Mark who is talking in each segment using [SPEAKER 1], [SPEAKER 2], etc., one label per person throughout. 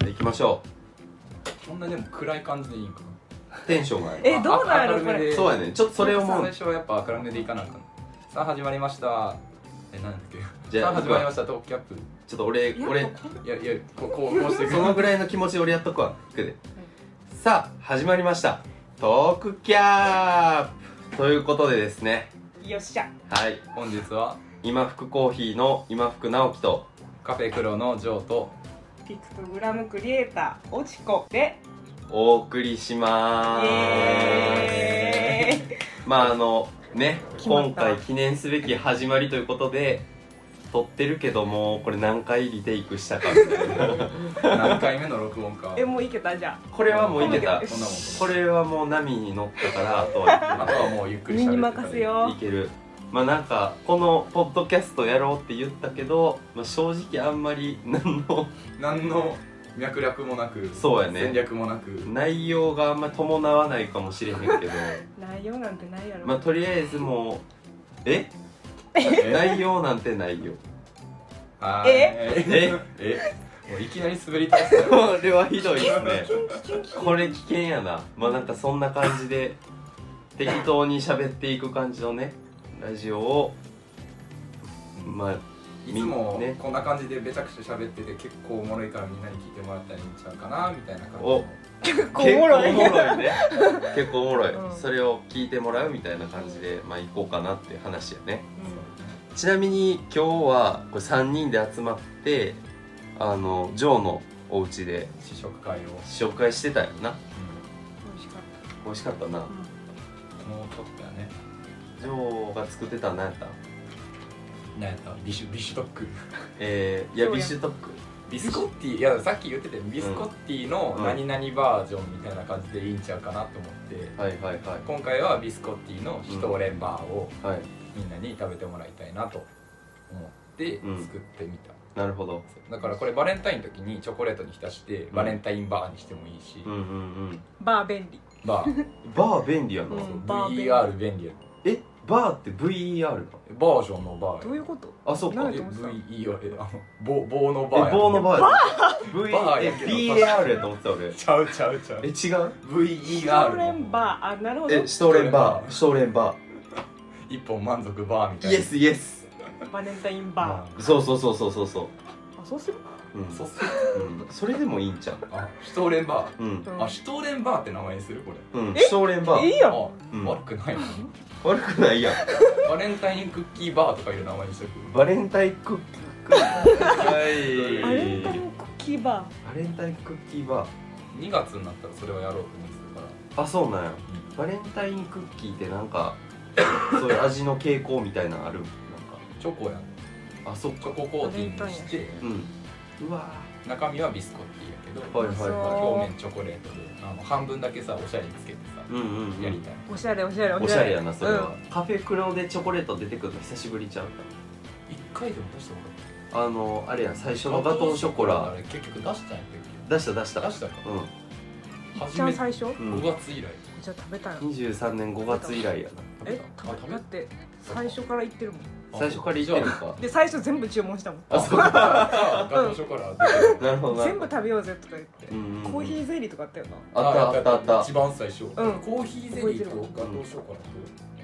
[SPEAKER 1] ゃあ行きましょ
[SPEAKER 2] こんなでも暗い感じでいいんかな
[SPEAKER 1] うテンションが上がる
[SPEAKER 3] えどうなるこ
[SPEAKER 2] 明るめ
[SPEAKER 3] れ
[SPEAKER 2] で
[SPEAKER 1] そうやねちょっとそれをも
[SPEAKER 2] 最
[SPEAKER 1] う
[SPEAKER 2] 初はやっぱ明るめでいかなあかんさあ始まりましたえなんだっけ
[SPEAKER 1] じ
[SPEAKER 2] さ
[SPEAKER 1] ゃあ
[SPEAKER 2] あ始まりましたトークキャップ
[SPEAKER 1] ちょっと俺俺
[SPEAKER 2] いやいやこうこうこうしていく
[SPEAKER 1] そのぐらいの気持ちで俺やっとくわくでさあ始まりましたトークキャーということでですね
[SPEAKER 3] よっしゃ
[SPEAKER 1] はい
[SPEAKER 2] 本日は
[SPEAKER 1] 今福コーヒーの今福直樹と
[SPEAKER 2] カフェ黒のジョーと
[SPEAKER 3] ピクトグラムクリエイターおちこで
[SPEAKER 1] お送りしま
[SPEAKER 3] イ
[SPEAKER 1] ーす
[SPEAKER 3] エーイ
[SPEAKER 1] まああのね
[SPEAKER 3] 決ま
[SPEAKER 1] 今
[SPEAKER 3] った
[SPEAKER 1] 回記念すべき始まりということで撮ってるけどもこれ何回リテイクしたかみたいな
[SPEAKER 2] 何回目の録音か
[SPEAKER 3] えもういけたじゃ
[SPEAKER 1] これはもういけた
[SPEAKER 2] こんなもんか
[SPEAKER 1] これはもう波に乗ったからあとは
[SPEAKER 2] あとはもうゆっ
[SPEAKER 3] あ
[SPEAKER 2] くりし
[SPEAKER 3] 身
[SPEAKER 2] ゃべ
[SPEAKER 3] に
[SPEAKER 2] ってた
[SPEAKER 3] 任
[SPEAKER 2] り
[SPEAKER 3] せよ
[SPEAKER 1] いけるまあなんかこのポッドキャストやろうって言ったけど、まあ、正直あんまり何の
[SPEAKER 2] 何の脈略もなく
[SPEAKER 1] そうやね
[SPEAKER 2] 戦略もなく
[SPEAKER 1] 内容があんま伴わないかもしれへんけど
[SPEAKER 3] 内容なんてないやろ、
[SPEAKER 1] まあとりあえずもうえ
[SPEAKER 2] え
[SPEAKER 1] 内容なんてないよ
[SPEAKER 2] はーい
[SPEAKER 1] え
[SPEAKER 2] え もういきなり滑り倒すよ
[SPEAKER 1] これはひどいですね
[SPEAKER 3] キュンキュン
[SPEAKER 1] これ危険やなまあなんかそんな感じで適当に喋っていく感じのねラジオをまあ
[SPEAKER 2] いつも
[SPEAKER 1] ね
[SPEAKER 2] こんな感じでべちゃくちゃ喋ってて結構おもろいからみんなに聞いてもらったらいいんちゃうかなみたいな感じ
[SPEAKER 1] お
[SPEAKER 3] 結構
[SPEAKER 1] 結
[SPEAKER 3] お
[SPEAKER 1] 構
[SPEAKER 3] も
[SPEAKER 1] お
[SPEAKER 3] ろい
[SPEAKER 1] もろいね 結構おもろい、
[SPEAKER 3] うん
[SPEAKER 1] それを聞いてもらうみたいな感じでまあ行こうかなっていう話やねちなみに今日はこれ3人で集まってあのジョーのお家で
[SPEAKER 2] 試食会を、
[SPEAKER 1] 試食会してたよな
[SPEAKER 3] 美味しかっ
[SPEAKER 1] 美味しかったな
[SPEAKER 2] もうちょっとやね
[SPEAKER 1] ジョーが作ってた何やった
[SPEAKER 2] 何やったビシュビシュトック
[SPEAKER 1] えー、いや
[SPEAKER 3] そうや
[SPEAKER 1] ビシュトック
[SPEAKER 2] ビスコッティいやさっき言ってたよビスコッティの
[SPEAKER 1] うん
[SPEAKER 2] 何々バージョンみたいな感じでいいんちゃうかなと思って、
[SPEAKER 1] はいはいは
[SPEAKER 2] 今回はビスコッティのシュトーレンバーを
[SPEAKER 1] いはい
[SPEAKER 2] みんなに食べてもらいたいなと思って作ってみた、
[SPEAKER 1] なるほど
[SPEAKER 2] だからこれバレンタインの時にチョコレートに浸してバレンタインバーにしてもいいし、
[SPEAKER 1] うんうん
[SPEAKER 3] たバー便利
[SPEAKER 2] バー
[SPEAKER 1] うんバー便利やな、
[SPEAKER 3] うんバー便利
[SPEAKER 2] VER 便利や
[SPEAKER 1] えバーって VER なの
[SPEAKER 2] バージョンのバーや
[SPEAKER 3] どういうこと
[SPEAKER 1] あそっか
[SPEAKER 3] な
[SPEAKER 1] え
[SPEAKER 3] んやと思ってた
[SPEAKER 2] VER えあの棒棒のバーや
[SPEAKER 1] 棒のバーや V
[SPEAKER 2] バーや
[SPEAKER 1] え
[SPEAKER 2] けど
[SPEAKER 1] BAR やと思ってた俺
[SPEAKER 2] ちゃうちゃうちゃう
[SPEAKER 1] え違う
[SPEAKER 3] シ
[SPEAKER 2] VER
[SPEAKER 3] ョーレンバーあなるほど
[SPEAKER 1] えシュトーレンバーシュトーレンバ
[SPEAKER 2] 一本満足バーみた
[SPEAKER 1] ー
[SPEAKER 2] い
[SPEAKER 1] イ
[SPEAKER 2] な
[SPEAKER 1] エスイエス
[SPEAKER 3] バレンタインバ
[SPEAKER 1] そうそうそうそうそうそう
[SPEAKER 3] ーあそうする
[SPEAKER 1] うん
[SPEAKER 2] そうっす
[SPEAKER 1] うんそれでもいいんちゃう
[SPEAKER 2] あシュトーレンバ
[SPEAKER 1] うん
[SPEAKER 2] ーあシュトーレンバーって名前にするこれ
[SPEAKER 1] うんシュトーレンバ
[SPEAKER 3] い
[SPEAKER 1] ー
[SPEAKER 3] いやん
[SPEAKER 2] あ、
[SPEAKER 1] うん
[SPEAKER 2] 悪くないもん
[SPEAKER 1] 悪くないやん
[SPEAKER 2] バレンタインクッキーバーとかいう名前にしとく
[SPEAKER 1] バレンタインクッキーはい
[SPEAKER 3] バレンタインクッキーバ
[SPEAKER 1] バレンタインクッキーバー
[SPEAKER 2] 2月になったらそれをやろうと思ってたから
[SPEAKER 1] あそうなんやバレンタインクッキーってなんかそういう味の傾向みたいなのあるなん
[SPEAKER 2] チョコやん
[SPEAKER 1] かあそっ
[SPEAKER 2] チ
[SPEAKER 1] か
[SPEAKER 2] ョココーティングして
[SPEAKER 1] うんうわ
[SPEAKER 2] 中身はビスコッティやけど、
[SPEAKER 1] はいはいは
[SPEAKER 2] 表面チョコレートであの半分だけさおしゃれにつけてさ
[SPEAKER 1] いうんうん、うん、
[SPEAKER 2] やりたい、
[SPEAKER 3] ーおしゃれおしゃれ
[SPEAKER 1] おしゃれやなそれは、
[SPEAKER 3] うん
[SPEAKER 1] カフェクロでチョコレート出てくるの久しぶりちゃう
[SPEAKER 2] 一回でも出したこ
[SPEAKER 1] あのあれや最初
[SPEAKER 2] と
[SPEAKER 1] のガトーショコ
[SPEAKER 2] あ
[SPEAKER 1] ラ
[SPEAKER 2] れ結局出したんやった
[SPEAKER 1] 出した出した
[SPEAKER 2] っけ出したか
[SPEAKER 1] う
[SPEAKER 3] いっ
[SPEAKER 2] 初
[SPEAKER 3] ちゃ
[SPEAKER 2] め
[SPEAKER 3] ん
[SPEAKER 2] て
[SPEAKER 3] 最初
[SPEAKER 1] ん、うん
[SPEAKER 2] 5、月以来
[SPEAKER 3] じゃあ食べたら
[SPEAKER 1] 23年5月以来やな
[SPEAKER 2] 食べ
[SPEAKER 3] え
[SPEAKER 2] たあ
[SPEAKER 3] 食
[SPEAKER 2] 食
[SPEAKER 3] べ
[SPEAKER 2] べ
[SPEAKER 3] だって最初から言ってるもん
[SPEAKER 2] あ
[SPEAKER 1] 最初から言ってるか
[SPEAKER 3] で最初全部注文したもん
[SPEAKER 2] あそうかガトーショコラ出てる
[SPEAKER 1] なるほどな
[SPEAKER 3] 全部食べようぜとか言って
[SPEAKER 1] うんうんうん
[SPEAKER 3] コーヒーゼリーとかあったよな
[SPEAKER 1] あったあったあった
[SPEAKER 2] 一番最初、
[SPEAKER 3] ん
[SPEAKER 2] コーヒーゼリーとガトーショコラ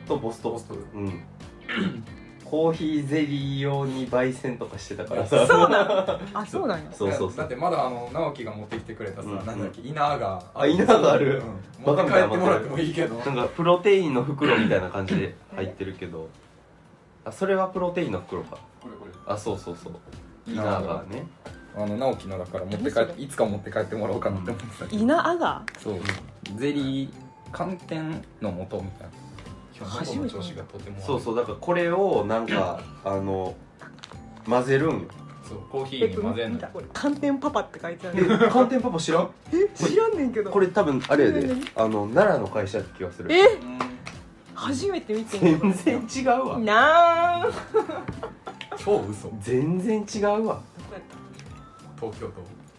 [SPEAKER 2] と、
[SPEAKER 1] とボスト
[SPEAKER 2] ボスト
[SPEAKER 1] うんコーヒーゼリー用に焙煎とかしてたから
[SPEAKER 2] いや
[SPEAKER 1] さ
[SPEAKER 3] そうなんやあそうなんや
[SPEAKER 1] そうそうそ
[SPEAKER 2] だっ
[SPEAKER 1] う
[SPEAKER 2] てまだあの直樹が持ってきてくれたさ、
[SPEAKER 1] うん
[SPEAKER 2] なんだっけイナーが
[SPEAKER 1] あイナーがある
[SPEAKER 2] うん持って帰ってもらってもいいけど
[SPEAKER 1] なんかプロテインの袋みたいな感じで入ってるけどあそれはプロテインの袋か
[SPEAKER 2] これこれ
[SPEAKER 1] あそうそうそうイナーがね
[SPEAKER 2] あの直樹のだから持って帰っていつか持って帰ってもらおうかなって思ってたけど
[SPEAKER 3] イナアガ
[SPEAKER 2] そうゼリー寒天の素みたいな
[SPEAKER 3] 初めて
[SPEAKER 2] 喉の調子がとても悪い
[SPEAKER 1] そうそうだからこれをなんかあの混ぜるんよ
[SPEAKER 2] そうコーヒ
[SPEAKER 3] ー
[SPEAKER 2] ーに混ぜん
[SPEAKER 3] 見
[SPEAKER 2] の
[SPEAKER 3] たこれ寒天パパって書いてあ
[SPEAKER 1] え
[SPEAKER 3] る
[SPEAKER 1] 寒天パパ知らん
[SPEAKER 3] え知らんねんけど
[SPEAKER 1] これ多分あれやで
[SPEAKER 3] 何
[SPEAKER 1] あの奈良の会社って気がする
[SPEAKER 3] え
[SPEAKER 2] うん
[SPEAKER 3] 初めて見てん
[SPEAKER 1] 全然違うわ
[SPEAKER 3] なあ
[SPEAKER 2] 超嘘
[SPEAKER 1] 全然違うわ
[SPEAKER 2] 東京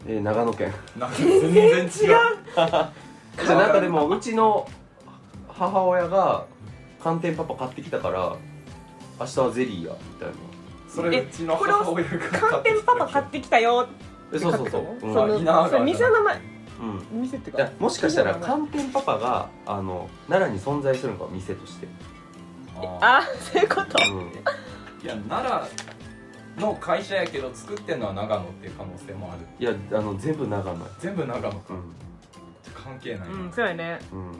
[SPEAKER 1] えー長 野県
[SPEAKER 2] 都なんか 全然違う
[SPEAKER 1] じゃあなんかでもうちの母親が寒天パパ買ってきたから明日はゼリーやみたいな
[SPEAKER 2] それうちの
[SPEAKER 3] えこれを
[SPEAKER 2] 母親が買
[SPEAKER 3] 寒
[SPEAKER 2] って
[SPEAKER 3] 天
[SPEAKER 2] きた
[SPEAKER 3] パパ買ってきたよ
[SPEAKER 1] えそうそうそう、うん
[SPEAKER 4] そ
[SPEAKER 2] あ
[SPEAKER 4] の
[SPEAKER 2] いいな
[SPEAKER 4] それ店の名前
[SPEAKER 1] うん、
[SPEAKER 4] 店っていう
[SPEAKER 1] いや
[SPEAKER 4] か
[SPEAKER 1] もしかしたら
[SPEAKER 4] 企業の
[SPEAKER 1] 寒天パパがあの奈良に存在するのか店として、
[SPEAKER 4] 名前あそういうこと
[SPEAKER 1] うん
[SPEAKER 2] いや奈良の会社やけど作ってんのは長野っていう可能性もある
[SPEAKER 1] いやあの全部長野や
[SPEAKER 2] 全部長野
[SPEAKER 1] う
[SPEAKER 2] か
[SPEAKER 1] ん
[SPEAKER 2] 関係ないな、
[SPEAKER 4] うんそうやね
[SPEAKER 1] うん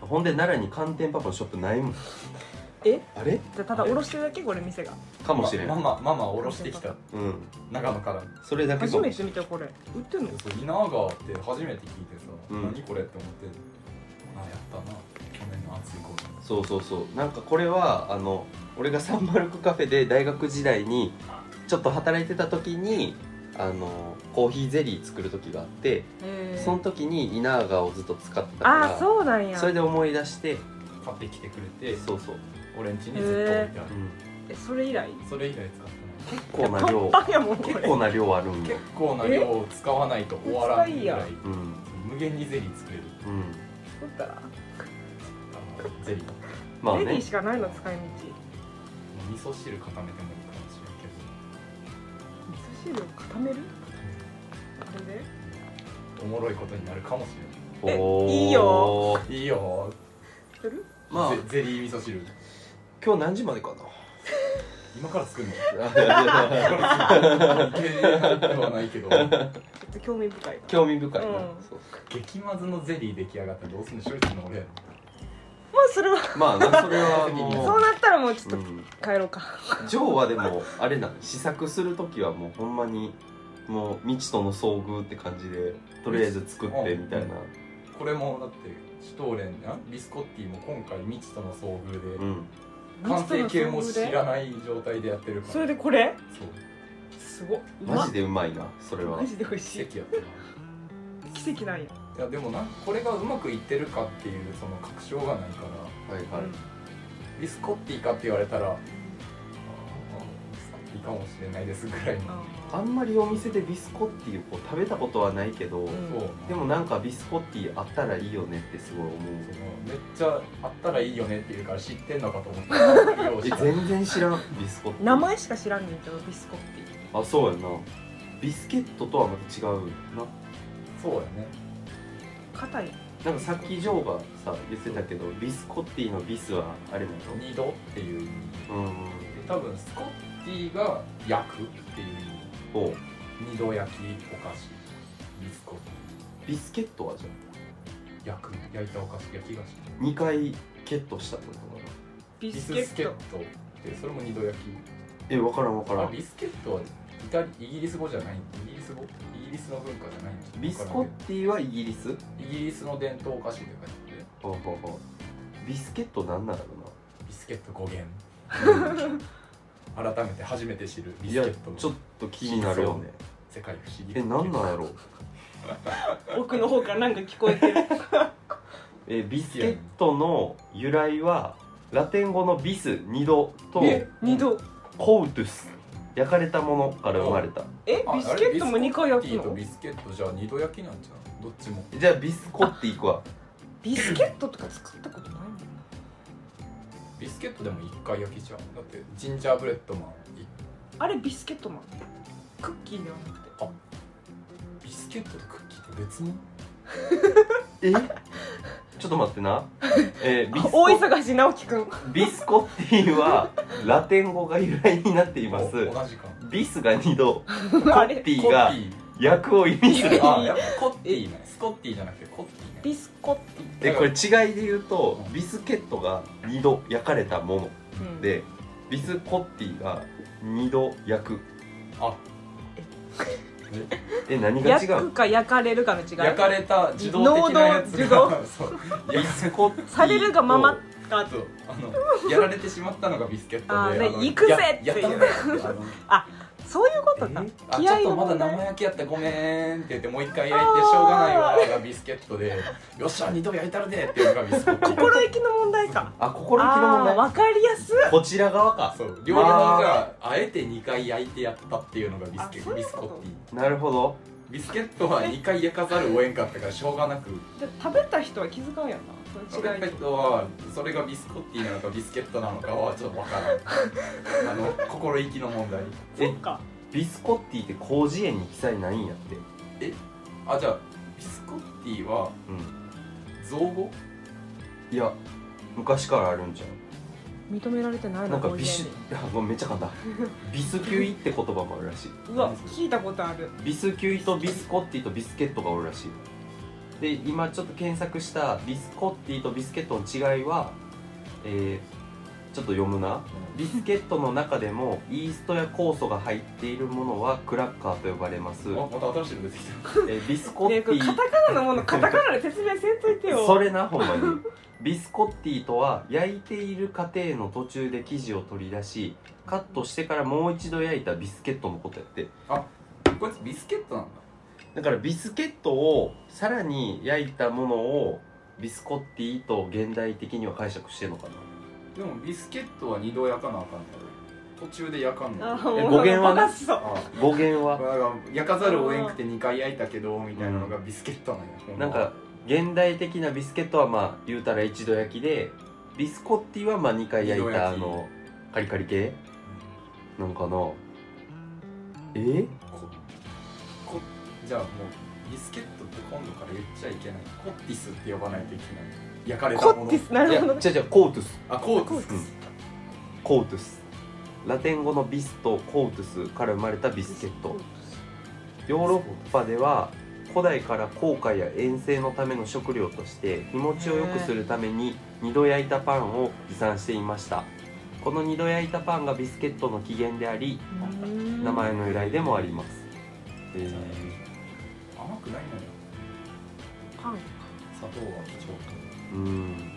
[SPEAKER 1] ほんで奈良に寒天パパのショップないもん
[SPEAKER 4] え
[SPEAKER 1] あれ
[SPEAKER 4] じゃあただ卸してるだけこれ店が
[SPEAKER 1] かもしれん、
[SPEAKER 2] ママママ下ろしてきた
[SPEAKER 1] うん
[SPEAKER 2] 長野から
[SPEAKER 1] それだけ
[SPEAKER 4] 初
[SPEAKER 1] かも
[SPEAKER 4] めて見たこれ売ってんの
[SPEAKER 2] そう稲川って初めて聞いてさ、
[SPEAKER 1] うん
[SPEAKER 2] 何これって思ってあやったな去年の暑い頃
[SPEAKER 1] そうそうそうなんかこれはあの俺がサンマルクカフェで大学時代にちょっと働いてた時にあのコーヒーゼリー作る時があって
[SPEAKER 4] へー
[SPEAKER 1] その時に稲川をずっと使ってたから
[SPEAKER 4] あーそうなんや
[SPEAKER 1] それで思い出して
[SPEAKER 2] 買ってきてくれて
[SPEAKER 1] そうそう、
[SPEAKER 2] 俺ん家にずっと置いてある、
[SPEAKER 4] えそれ以来
[SPEAKER 2] それ以外使って
[SPEAKER 1] 結構な
[SPEAKER 4] パン
[SPEAKER 1] 量
[SPEAKER 4] パンやもんこれ
[SPEAKER 1] 結構な量あるん
[SPEAKER 2] な
[SPEAKER 1] や
[SPEAKER 2] い結構な量を使わないと終わらん
[SPEAKER 3] めっ
[SPEAKER 2] ぐらい
[SPEAKER 3] ちゃい
[SPEAKER 1] うん
[SPEAKER 2] 無限にゼリー作れる
[SPEAKER 1] うん
[SPEAKER 4] 取った
[SPEAKER 2] あ
[SPEAKER 4] ら
[SPEAKER 2] のゼリーも
[SPEAKER 1] まあ
[SPEAKER 4] レディ
[SPEAKER 1] ね
[SPEAKER 4] ーしかないの使い道
[SPEAKER 2] う味噌汁固めてもいいかもしれんけど
[SPEAKER 4] 味噌汁を固めるあれで
[SPEAKER 2] おもろいことになるかもし
[SPEAKER 4] え
[SPEAKER 1] おー
[SPEAKER 4] いいよ
[SPEAKER 2] れないいいよ
[SPEAKER 4] 知ってる
[SPEAKER 1] まあ
[SPEAKER 2] ゼゼリー味噌汁
[SPEAKER 1] 今日何時までかな
[SPEAKER 2] 今から作 るの
[SPEAKER 1] あ
[SPEAKER 2] 今から作るのいけなくはないけど
[SPEAKER 4] ちょっと興味深いな
[SPEAKER 1] 興味深いな、
[SPEAKER 4] うん
[SPEAKER 1] そう
[SPEAKER 2] 激まずのゼリー出来上がったらどうすんのしょいちの俺や
[SPEAKER 4] もうそれは
[SPEAKER 1] まあなそれは
[SPEAKER 4] そう
[SPEAKER 1] も
[SPEAKER 4] なったらもうちょっ
[SPEAKER 1] う、う
[SPEAKER 4] と
[SPEAKER 1] ん、
[SPEAKER 4] 帰ろうか
[SPEAKER 1] ジョーはでもあれなの試作する時はもうほんまにもう未知との遭遇って感じでとりあえず作ってみたいな
[SPEAKER 2] これもだってシュトーレンなビスコッティも今回未知との遭遇
[SPEAKER 1] う
[SPEAKER 2] で
[SPEAKER 1] ん
[SPEAKER 2] 完成形も知
[SPEAKER 4] で
[SPEAKER 2] らない状態でやってるから
[SPEAKER 4] それでこれ
[SPEAKER 2] そう
[SPEAKER 4] すごっうま
[SPEAKER 1] マジでうまいなそれは
[SPEAKER 4] マジで美味し
[SPEAKER 2] 奇跡
[SPEAKER 4] い
[SPEAKER 2] やったな
[SPEAKER 4] 奇跡なんや
[SPEAKER 2] いやでもなこれがうまくいってるかっていうその確証がないから
[SPEAKER 1] はいは
[SPEAKER 2] ビスコッティかって言われたらあービスコッティかもしれないですぐらいの
[SPEAKER 4] あ
[SPEAKER 1] あんまりお店でビスコッティをこう食べたことはないけど、
[SPEAKER 4] ん
[SPEAKER 2] そう
[SPEAKER 1] でもなんかビスコッティあったらいいよねってすごい思
[SPEAKER 2] そうのめっちゃあったらいいよねっていうから知ってんのかと思 ったら
[SPEAKER 1] え全然知らんビスコッティ
[SPEAKER 4] 名前しか知らんねんけどビスコッティ
[SPEAKER 1] あそうやなビスケットとはまた違うな
[SPEAKER 2] そうやね
[SPEAKER 4] 硬い
[SPEAKER 1] なんかさっきジョーがさ言ってたけどビスコッティのビスはあれなの
[SPEAKER 2] 二度っていう意味
[SPEAKER 1] うん
[SPEAKER 2] で多分スコッティが焼くっていう意
[SPEAKER 1] おう
[SPEAKER 2] 味二度焼きお菓子ビスコッテ
[SPEAKER 1] ビスケットはじゃあ
[SPEAKER 2] ィ焼く焼いたお菓子焼き菓子
[SPEAKER 1] 2回ケットしたってことかな
[SPEAKER 4] ビ
[SPEAKER 2] ビ
[SPEAKER 4] ス
[SPEAKER 2] ス
[SPEAKER 4] ケ
[SPEAKER 2] ケ
[SPEAKER 4] ット
[SPEAKER 2] ットってそれも二度焼き
[SPEAKER 1] え分からん分か
[SPEAKER 2] あ
[SPEAKER 1] ら
[SPEAKER 2] れ
[SPEAKER 1] ん
[SPEAKER 2] ビスケットはイタリイギリス語じゃないイギリス語イギリスの文化じゃないの
[SPEAKER 1] ビスコッティはイギリス
[SPEAKER 2] イギリスの伝統お菓子って書いてあって
[SPEAKER 1] ほうほうほうビスケットなんなんだろ
[SPEAKER 2] ビスケット語 源
[SPEAKER 1] うな、
[SPEAKER 2] 改めて初めて知るビ
[SPEAKER 1] い
[SPEAKER 2] ス
[SPEAKER 1] や
[SPEAKER 2] ケット
[SPEAKER 1] ちょっ
[SPEAKER 2] の
[SPEAKER 1] と気になるよね
[SPEAKER 2] 世界不思議
[SPEAKER 1] えなんなんやろ
[SPEAKER 4] 奥の方からなんか聞こえて る
[SPEAKER 1] えビスケットの由来はラテン語のビス2度と
[SPEAKER 4] え二度
[SPEAKER 1] コウトゥス焼かれたものから生まれた
[SPEAKER 4] え
[SPEAKER 2] あ
[SPEAKER 4] ビスケットも2回焼
[SPEAKER 2] あ
[SPEAKER 4] く
[SPEAKER 2] れ
[SPEAKER 4] の
[SPEAKER 2] ビスコッティとビスケットじゃあ二度焼きなんじゃんどっちも
[SPEAKER 1] じゃあビスコッティいくわ
[SPEAKER 4] ビスケットとか作ったことないもんな
[SPEAKER 2] ビスケットでも一回焼きじゃんだってジンジャーブレッドマンい
[SPEAKER 4] あれビスケットマンクッキーではなくて
[SPEAKER 2] ビスケットとクッキーって別に
[SPEAKER 1] えちょっと待ってな、えービスコ
[SPEAKER 4] 大忙し直樹くん
[SPEAKER 1] ビスコッティはラテン語が由来になっています
[SPEAKER 2] お同じか
[SPEAKER 1] ビスが2度
[SPEAKER 4] あ
[SPEAKER 1] コッ
[SPEAKER 4] れ
[SPEAKER 1] ティ
[SPEAKER 2] コッ
[SPEAKER 1] が
[SPEAKER 2] ティ
[SPEAKER 1] 役を意味する
[SPEAKER 2] あやっぱコッティねスコッティじゃなくてコッティね
[SPEAKER 4] ビスコッテ
[SPEAKER 1] でこれ違いで言うとビスケットが2度焼かれたも
[SPEAKER 4] ィ、うん
[SPEAKER 1] のでビスコッティが2度焼く
[SPEAKER 2] あ
[SPEAKER 1] え何が違
[SPEAKER 4] 焼
[SPEAKER 1] う
[SPEAKER 4] くか焼かれるかの違い
[SPEAKER 2] 焼かれた自動的なやつ
[SPEAKER 4] 能動
[SPEAKER 2] が そう
[SPEAKER 1] ビスコッティ
[SPEAKER 4] されるがまま
[SPEAKER 2] あとあのやられてしまったのがビスケットで
[SPEAKER 4] あーね
[SPEAKER 2] の
[SPEAKER 4] 行くぜ
[SPEAKER 2] や
[SPEAKER 4] っていう
[SPEAKER 2] やったのがあの
[SPEAKER 4] そういうことか、
[SPEAKER 2] あち
[SPEAKER 4] 気
[SPEAKER 2] ょ
[SPEAKER 4] 合
[SPEAKER 2] っ
[SPEAKER 4] い
[SPEAKER 2] と
[SPEAKER 4] の
[SPEAKER 2] まだ
[SPEAKER 4] 問題
[SPEAKER 2] 生焼きやったごめんって言ってもう一回焼いてしょうがないわがビスケットでよっしゃ二度焼いたるでっていうのがビスケット
[SPEAKER 4] 心意気の問題か
[SPEAKER 1] あ心意気の問
[SPEAKER 4] あー
[SPEAKER 1] 題
[SPEAKER 4] わかりやすい
[SPEAKER 1] こちら側か
[SPEAKER 2] そう料理人があえて2回焼いてやったっていうのがビスケ
[SPEAKER 4] あそうい
[SPEAKER 2] ビ
[SPEAKER 4] う
[SPEAKER 2] ス
[SPEAKER 4] こ
[SPEAKER 2] コ
[SPEAKER 4] と
[SPEAKER 2] ッティ
[SPEAKER 1] なるほど
[SPEAKER 2] ビスケットは2回焼かざるをえんかったからしょうがなく
[SPEAKER 4] で食べた人は気遣うやんなそ
[SPEAKER 2] ビス
[SPEAKER 4] の
[SPEAKER 2] ケ
[SPEAKER 4] 違いに
[SPEAKER 2] ットはそれがビスコッティなのかビスケットなのかはちょっとわからんあの心意気の問題
[SPEAKER 1] え
[SPEAKER 4] そっか
[SPEAKER 1] ビスコッティって広辞苑に記載ないんやって
[SPEAKER 2] あじゃあビスコッティは
[SPEAKER 1] うん
[SPEAKER 2] 造語
[SPEAKER 1] いや昔からあるんじ
[SPEAKER 4] 認められてな
[SPEAKER 1] ゃ
[SPEAKER 4] い
[SPEAKER 1] んな
[SPEAKER 4] の
[SPEAKER 1] んか
[SPEAKER 4] こういう
[SPEAKER 1] ビシュ
[SPEAKER 4] 原
[SPEAKER 1] あもうめっちゃ簡単ビスキュイって言葉もあるらしいう
[SPEAKER 3] わ聞いたことある
[SPEAKER 1] ビスキュイとビスコッティとビスケットがおるらしいで今ちょっと検索したビスコッティとビスケットの違いは、えーちょっと読むなビスケットの中でもイーストや酵素が入っているものはクラッカーと呼ばれます、
[SPEAKER 2] あまた新しいの出てきた
[SPEAKER 1] えービスコ
[SPEAKER 3] ねえ
[SPEAKER 1] ッテ
[SPEAKER 3] これカ
[SPEAKER 1] ィ
[SPEAKER 3] タカナのものカタカナで説明せんといてよ
[SPEAKER 1] それなほんまにビスコッティとは焼いている過程の途中で生地を取り出しカットしてからもう一度焼いたビスケットのことやって
[SPEAKER 2] こいつビスケットなんだ
[SPEAKER 1] だからビスケットをさらに焼いたものをビスコッティと現代的には解釈してるのかな
[SPEAKER 2] でもビスケットは二度焼かなあかんね途中で焼かんの
[SPEAKER 3] あ
[SPEAKER 2] あ
[SPEAKER 3] もう
[SPEAKER 1] え語源はね
[SPEAKER 3] バカそう
[SPEAKER 2] あ
[SPEAKER 1] 語源
[SPEAKER 2] だ
[SPEAKER 1] は
[SPEAKER 2] から焼かざるをえんくて2回焼いたけどみたいなのがビスケットなんや、ほま
[SPEAKER 1] なんか現代的なビスケットはまあ言うたら一度焼きでビスコッティはまあ2回焼い
[SPEAKER 2] 二度
[SPEAKER 1] たあ
[SPEAKER 2] 焼き
[SPEAKER 1] のカリカリ系なんかなえ
[SPEAKER 2] ここじゃあもうビスケットって今度から言っちゃいけないコッティスって呼ばないといけない焼かれた
[SPEAKER 4] コ
[SPEAKER 2] もの
[SPEAKER 4] ッティスなるほど
[SPEAKER 1] じゃじゃコートゥス
[SPEAKER 2] あコーティス
[SPEAKER 1] うんコートゥスラテン語のビスとコートゥスから生まれたビスケットヨーロッパでは古代から航海や遠征のための食料として日持ちを良くするために2度焼いたパンを持参していましたこの2度焼いたパンがビスケットの起源であり名前の由来でもあります、えー
[SPEAKER 2] 甘くないのよ
[SPEAKER 4] パン
[SPEAKER 2] 砂糖は貴重か
[SPEAKER 1] うん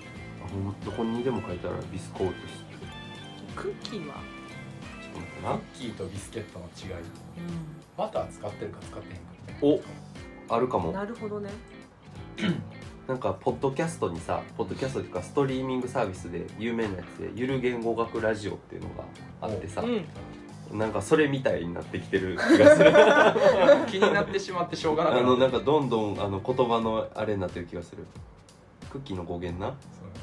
[SPEAKER 1] あほんとどこにでも書いてあるビスコートゥスって
[SPEAKER 4] クッキーは
[SPEAKER 1] ちょっと待って
[SPEAKER 2] クッ
[SPEAKER 1] な
[SPEAKER 2] キーとビスケットの違いバター使ってるか使ってへんか
[SPEAKER 1] おあるかも
[SPEAKER 4] なるほどね
[SPEAKER 1] なんかポッドキャストにさポッドキャストっていうかストリーミングサービスで有名なやつで「ゆる言語学ラジオ」っていうのがあってさ、
[SPEAKER 4] うん
[SPEAKER 1] なんかそれみたいになってきてる気がする
[SPEAKER 2] 気になってしまってしょうがな
[SPEAKER 1] あ
[SPEAKER 2] か った
[SPEAKER 1] のなんかどんどんあの言葉のあれになってる気がするクッキーの語源な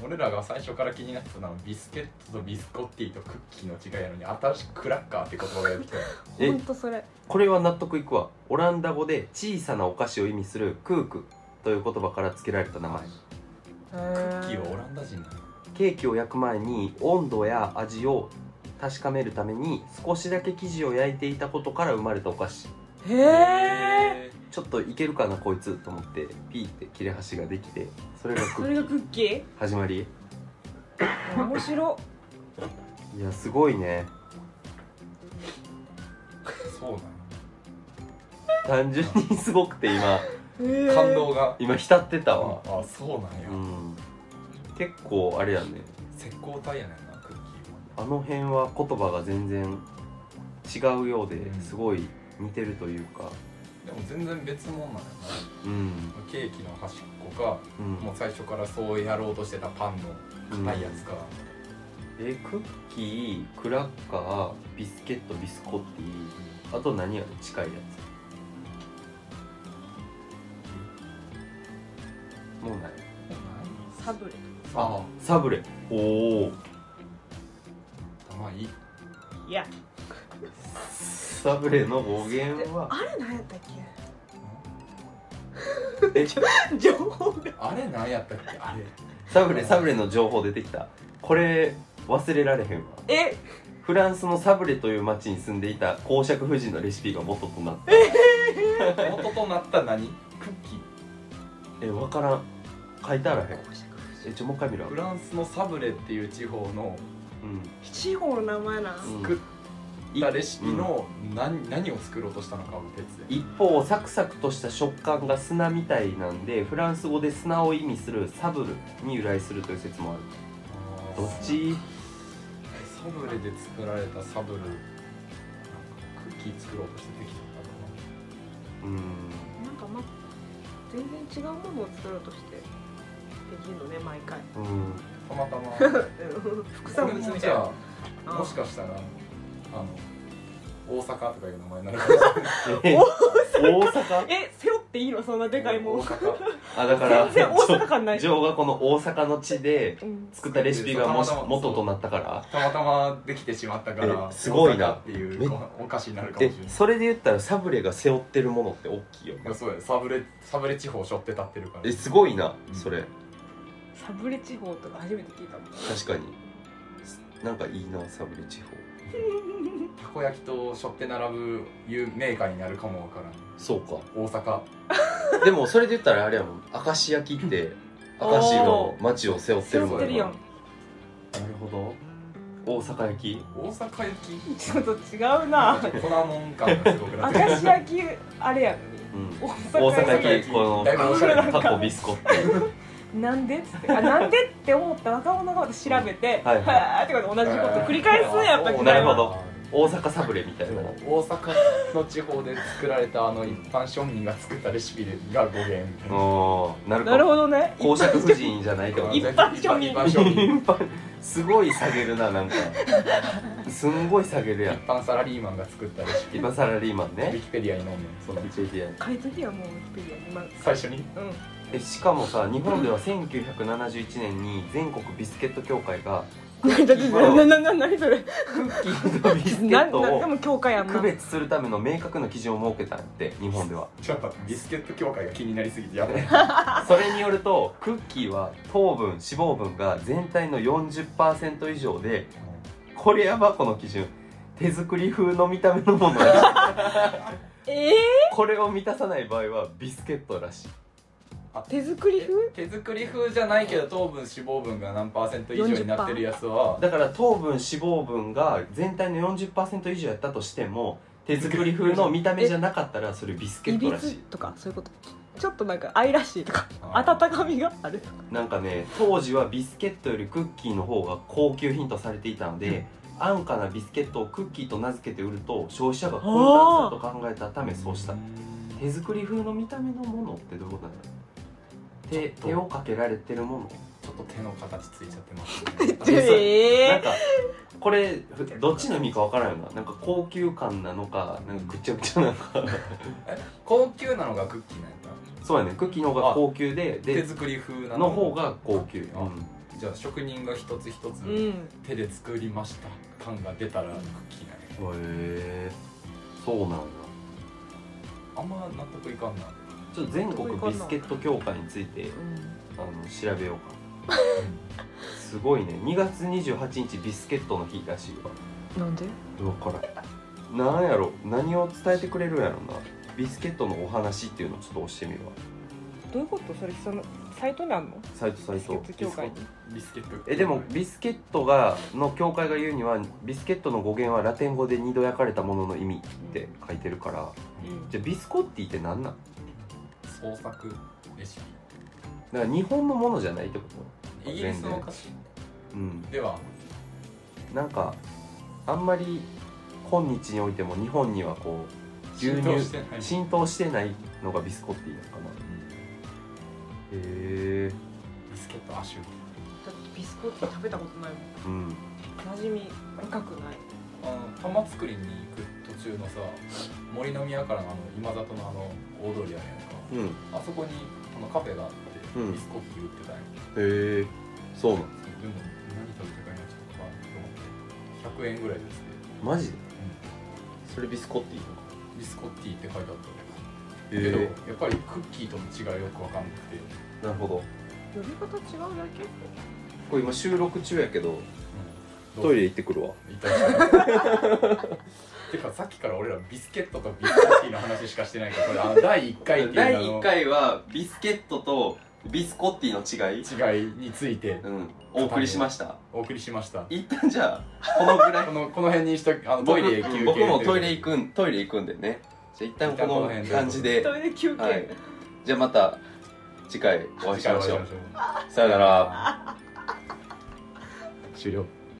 [SPEAKER 2] そう俺らが最初から気になってたのはビスケットとビスコッティとクッキーの違いやのに新しくクラッカーって言葉が出てきた
[SPEAKER 1] え
[SPEAKER 4] ほんとそれ
[SPEAKER 1] これは納得いくわオランダ語で小さなお菓子を意味するクークという言葉から付けられた名前
[SPEAKER 4] ク
[SPEAKER 2] ク
[SPEAKER 4] ッ
[SPEAKER 2] ッキーはオランダ人なの
[SPEAKER 1] ケーキを焼く前に温度や味を確かめるために少しだけ生地を焼いていたことから生まれたお菓子
[SPEAKER 4] へ
[SPEAKER 2] え
[SPEAKER 4] え
[SPEAKER 1] ちょっといけるかなこいつと思ってピーって切れ端ができてそれがク
[SPEAKER 3] そ
[SPEAKER 1] ッ
[SPEAKER 3] れ
[SPEAKER 1] キ
[SPEAKER 3] が
[SPEAKER 1] ー
[SPEAKER 3] クッキ
[SPEAKER 1] 始まり
[SPEAKER 3] ー面白
[SPEAKER 1] いやすごいね
[SPEAKER 2] そうなの
[SPEAKER 1] 単純にすごくて今
[SPEAKER 2] 感動が
[SPEAKER 1] 今浸ってたわ
[SPEAKER 2] ああそうなんや、
[SPEAKER 1] うん結構あれやね
[SPEAKER 2] 石膏体やねんなクッキー
[SPEAKER 1] あの辺は言葉が全然違うようで
[SPEAKER 2] うん
[SPEAKER 1] すごい似てるというか
[SPEAKER 2] はでも全然別物なんやな
[SPEAKER 1] うん
[SPEAKER 2] ケーキの端っこか
[SPEAKER 1] うん
[SPEAKER 2] もう最初からそうやろうとしてたパンの硬いやつか、
[SPEAKER 1] えクッキークラッカービスケットビスコッティあと何やろ近いやつもうない
[SPEAKER 4] サブレ
[SPEAKER 2] あ
[SPEAKER 1] サブレおお
[SPEAKER 2] あまあいい
[SPEAKER 3] いや
[SPEAKER 1] サブレの語源は
[SPEAKER 4] あれ何やったっ
[SPEAKER 1] え
[SPEAKER 4] け 情報が
[SPEAKER 2] あれなんやったっけあれ
[SPEAKER 1] サブレサブレの情報出てきたこれ忘れられへんわ
[SPEAKER 3] え
[SPEAKER 1] フランスのサブレという町に住んでいた公爵夫人のレシピが元となった
[SPEAKER 2] 元となった何クッキ
[SPEAKER 1] え分からん書いてあらへん
[SPEAKER 4] 公爵夫人
[SPEAKER 1] えちょもう一回見ろ
[SPEAKER 2] ーフランスのサブレっていう地方の
[SPEAKER 1] うん
[SPEAKER 4] 地方の名前なん
[SPEAKER 1] うん
[SPEAKER 2] 作ったレシピの何,、何を作ろうとしたのかは別で
[SPEAKER 1] 一方サクサクとした食感が砂みたいなんでフランス語で砂を意味するサブルに由来するという説もあるどっち
[SPEAKER 2] サブレで作られたサブルなんかクッキー作ろうとしてできたのかな
[SPEAKER 1] うん
[SPEAKER 4] なんかま全然違うものを作ろうとしてできるのね毎回
[SPEAKER 1] うん
[SPEAKER 2] たまたま
[SPEAKER 4] 複
[SPEAKER 2] こ
[SPEAKER 4] 雑
[SPEAKER 2] れも
[SPEAKER 4] に
[SPEAKER 2] じゃあもしかしたらあの大阪とかいう名前になるかもしれない
[SPEAKER 1] え大阪
[SPEAKER 3] え背負っ
[SPEAKER 4] っていいのそんなでかいも
[SPEAKER 2] 大
[SPEAKER 4] ん
[SPEAKER 2] 阪
[SPEAKER 1] あだから
[SPEAKER 4] 全然大阪 感ない
[SPEAKER 1] ジョーがこの大阪の地で
[SPEAKER 4] うん
[SPEAKER 1] 作ったレシピがもし
[SPEAKER 2] たまたま
[SPEAKER 1] 元となったから
[SPEAKER 2] たまたまできてしまったから
[SPEAKER 1] えすごいな
[SPEAKER 2] 大阪ってい
[SPEAKER 1] め
[SPEAKER 2] うお菓子になるかも
[SPEAKER 1] え
[SPEAKER 2] しれない
[SPEAKER 1] それで言ったらサブレが背負ってるものって大きいよ
[SPEAKER 2] いやそうだよサブレサブレ地方しょって立ってるから
[SPEAKER 1] えすごいなそれ
[SPEAKER 4] サブレ地方とか初めて聞いたもん
[SPEAKER 1] 確かになんかいいなサブレ地方
[SPEAKER 2] たこ焼きとしょって並ぶ有名メーカーになるかもわからん
[SPEAKER 1] そうか
[SPEAKER 2] 大阪
[SPEAKER 1] でもそれで言ったらあれやもん明石焼きって
[SPEAKER 4] お
[SPEAKER 1] 明
[SPEAKER 4] ー
[SPEAKER 1] 石の町を背負って
[SPEAKER 4] 背
[SPEAKER 1] る
[SPEAKER 4] 負
[SPEAKER 1] も
[SPEAKER 4] っ
[SPEAKER 1] ん
[SPEAKER 4] て
[SPEAKER 1] やか
[SPEAKER 4] る
[SPEAKER 1] ら
[SPEAKER 4] やん
[SPEAKER 1] なるほど大阪焼き
[SPEAKER 2] 大阪焼き
[SPEAKER 3] ちょっと違う
[SPEAKER 2] なん
[SPEAKER 3] な
[SPEAKER 2] か粉もん感がすごくなってる
[SPEAKER 3] 明石焼きあれや
[SPEAKER 1] うん
[SPEAKER 3] のに
[SPEAKER 1] 大
[SPEAKER 3] 大阪
[SPEAKER 1] 阪
[SPEAKER 3] 焼
[SPEAKER 1] 焼きこの
[SPEAKER 2] だいぶおしゃれな
[SPEAKER 1] タコビスコっていう
[SPEAKER 4] きなんでっつって
[SPEAKER 3] きあなんでって思った若者が私調べて
[SPEAKER 1] はいはい
[SPEAKER 3] はーってことで同じこと繰り返すんやっぱ時代
[SPEAKER 1] なるほ
[SPEAKER 3] は
[SPEAKER 1] ど大阪サブレみたいな
[SPEAKER 2] 大阪の地方で作られたあの一般庶民が作ったレシピが語源みたいな
[SPEAKER 1] うんなる
[SPEAKER 4] なる
[SPEAKER 1] ほ
[SPEAKER 4] ほどね
[SPEAKER 1] ど公爵夫人じゃないってこと
[SPEAKER 2] 一
[SPEAKER 1] ね
[SPEAKER 2] 般庶民
[SPEAKER 4] 一
[SPEAKER 2] 一
[SPEAKER 4] 般
[SPEAKER 2] 般庶民
[SPEAKER 1] 一般すごい下げるななんかすんごい下げるやん
[SPEAKER 2] 一般サラリーマンが作ったレシピウ
[SPEAKER 1] 今サラリーマン
[SPEAKER 2] ィ
[SPEAKER 1] ね
[SPEAKER 2] キペディアに載んねんそ
[SPEAKER 1] ウ
[SPEAKER 2] の
[SPEAKER 1] ィキペディアに
[SPEAKER 4] 書いときはもうウィキペディアに今
[SPEAKER 2] 最初に
[SPEAKER 4] うん
[SPEAKER 1] えしかもさ日本では1971年に全国ビスケット協会がクッキー
[SPEAKER 4] な
[SPEAKER 1] と
[SPEAKER 4] なな何それ
[SPEAKER 1] クッキーとビスケ
[SPEAKER 4] な
[SPEAKER 1] ット
[SPEAKER 4] なんで
[SPEAKER 1] を
[SPEAKER 4] も教会やんな
[SPEAKER 1] 区別するための明確な基準を設けたんやって日本では
[SPEAKER 2] ちょっと待ってビスケット協会が気になりすぎてやばい
[SPEAKER 1] それによるとクッキーは糖分脂肪分が全体の40%以上でこれやばこの基準手作り風の見た目のものだ
[SPEAKER 4] ええ
[SPEAKER 1] これを満たさない場合はビスケットらしい
[SPEAKER 4] 手作り風
[SPEAKER 2] 手作り風じゃないけど糖分脂肪分が何パーセント以上になってるやつは
[SPEAKER 1] だから糖分脂肪分が全体の40%以上やったとしても手作り風の見た目じゃなかったらそれビスケ
[SPEAKER 4] い
[SPEAKER 1] ット
[SPEAKER 4] び
[SPEAKER 1] ら
[SPEAKER 4] つ
[SPEAKER 1] しい
[SPEAKER 4] とかそういうことちょっとなんか愛らしいとか
[SPEAKER 2] あー
[SPEAKER 4] 温かみがある
[SPEAKER 1] なんかね当時はビスケットよりクッキーの方が高級品とされていたので、安価なビスケットをクッキーと名付けて売ると消費者が混乱すると考えたためそうした手作り風の見た目のものってどういうことなの手
[SPEAKER 2] ちょっと
[SPEAKER 1] 手をかけられてるもの
[SPEAKER 2] ちょっと手の形ついちゃってます
[SPEAKER 1] え
[SPEAKER 2] ね
[SPEAKER 1] なん
[SPEAKER 4] え
[SPEAKER 1] かこれどっちの意味かわからんよななんか高級感なのかなんかぐちゃぐちゃなのか
[SPEAKER 2] 高級なのがクッキーなんやった
[SPEAKER 1] そうやねクッキーの方が高級で
[SPEAKER 2] 手
[SPEAKER 1] で
[SPEAKER 2] 作り風な
[SPEAKER 1] の方が高級、う
[SPEAKER 2] あ
[SPEAKER 1] ん
[SPEAKER 2] じゃあ職人が一つ一つ
[SPEAKER 4] うん
[SPEAKER 2] 手で作りました感が出たらクッキーなんや
[SPEAKER 1] へえそうなんだ
[SPEAKER 2] あんま納得いかんな
[SPEAKER 1] ちょっと全国ビスケット協会についてあの調べようかすごいね2月28日ビスケットの日らしいわ
[SPEAKER 4] なんで
[SPEAKER 1] 分からんなんやろ何を伝えてくれるんやろなビスケットのお話っていうのをちょっと押してみるわ
[SPEAKER 3] どういうことそれそのサイトにあんの
[SPEAKER 1] サイトサイト
[SPEAKER 3] ビスケット協会
[SPEAKER 1] ビスケット
[SPEAKER 2] ビスケット
[SPEAKER 1] えでもビスケットがの協会が言うにはビスケットの語源はラテン語で二度焼かれたものの意味って書いてるからじゃあビスコッティって何なん
[SPEAKER 2] 創作レシ
[SPEAKER 1] だから日本のものじゃないってこ
[SPEAKER 2] ピイギリスのお菓子
[SPEAKER 1] とうん
[SPEAKER 2] では
[SPEAKER 1] なんかあんまり今日においても日本にはこう
[SPEAKER 2] 浸透してない
[SPEAKER 1] 浸透してないのがビスコッティなのかなへえ
[SPEAKER 2] ビスケット亜種
[SPEAKER 4] だってビスコット食べたことないもん
[SPEAKER 1] うん
[SPEAKER 4] 馴染み深くない
[SPEAKER 2] あの玉作りに行く途中のさ森の宮からのあの今里のあの大通りあるやんか
[SPEAKER 1] うんへ
[SPEAKER 2] あそこにあのカフェがあって、
[SPEAKER 1] うん
[SPEAKER 2] ビスコッティ売ってたんや
[SPEAKER 1] えそうなの
[SPEAKER 2] でも何食べてかいなちょっとかなと思って100円ぐらいですね、
[SPEAKER 1] マジでそれビスコッティなの
[SPEAKER 2] ビスコッティって書いてあったけど、
[SPEAKER 1] へ
[SPEAKER 2] やっぱりクッキーとの違いがよく分かんなくて、
[SPEAKER 1] えなるほど
[SPEAKER 4] 呼び方違うだけ
[SPEAKER 1] これ今収録中やけど
[SPEAKER 2] どう
[SPEAKER 1] レ行ってくるわ
[SPEAKER 2] 痛いしてかさっきから俺らビスケットとビスコッティの話しかしてないからこれあ の第1回って
[SPEAKER 1] 第
[SPEAKER 2] いう
[SPEAKER 1] 1
[SPEAKER 2] の
[SPEAKER 1] 回はビスケットとビスコッティの違い、
[SPEAKER 2] の違いについて
[SPEAKER 1] うん、お送りしました
[SPEAKER 2] お送りしました
[SPEAKER 1] 一旦じゃあこのぐらい
[SPEAKER 2] このこの辺にしとあのトイレ休憩
[SPEAKER 1] 僕もトイレ行くんトイレ行くんでねじゃあ一旦この感じで
[SPEAKER 4] トイレ休憩、
[SPEAKER 1] はい、じゃあまた次回お会いしましょう
[SPEAKER 2] 次回お会いしましょ
[SPEAKER 1] さよなら
[SPEAKER 2] う終了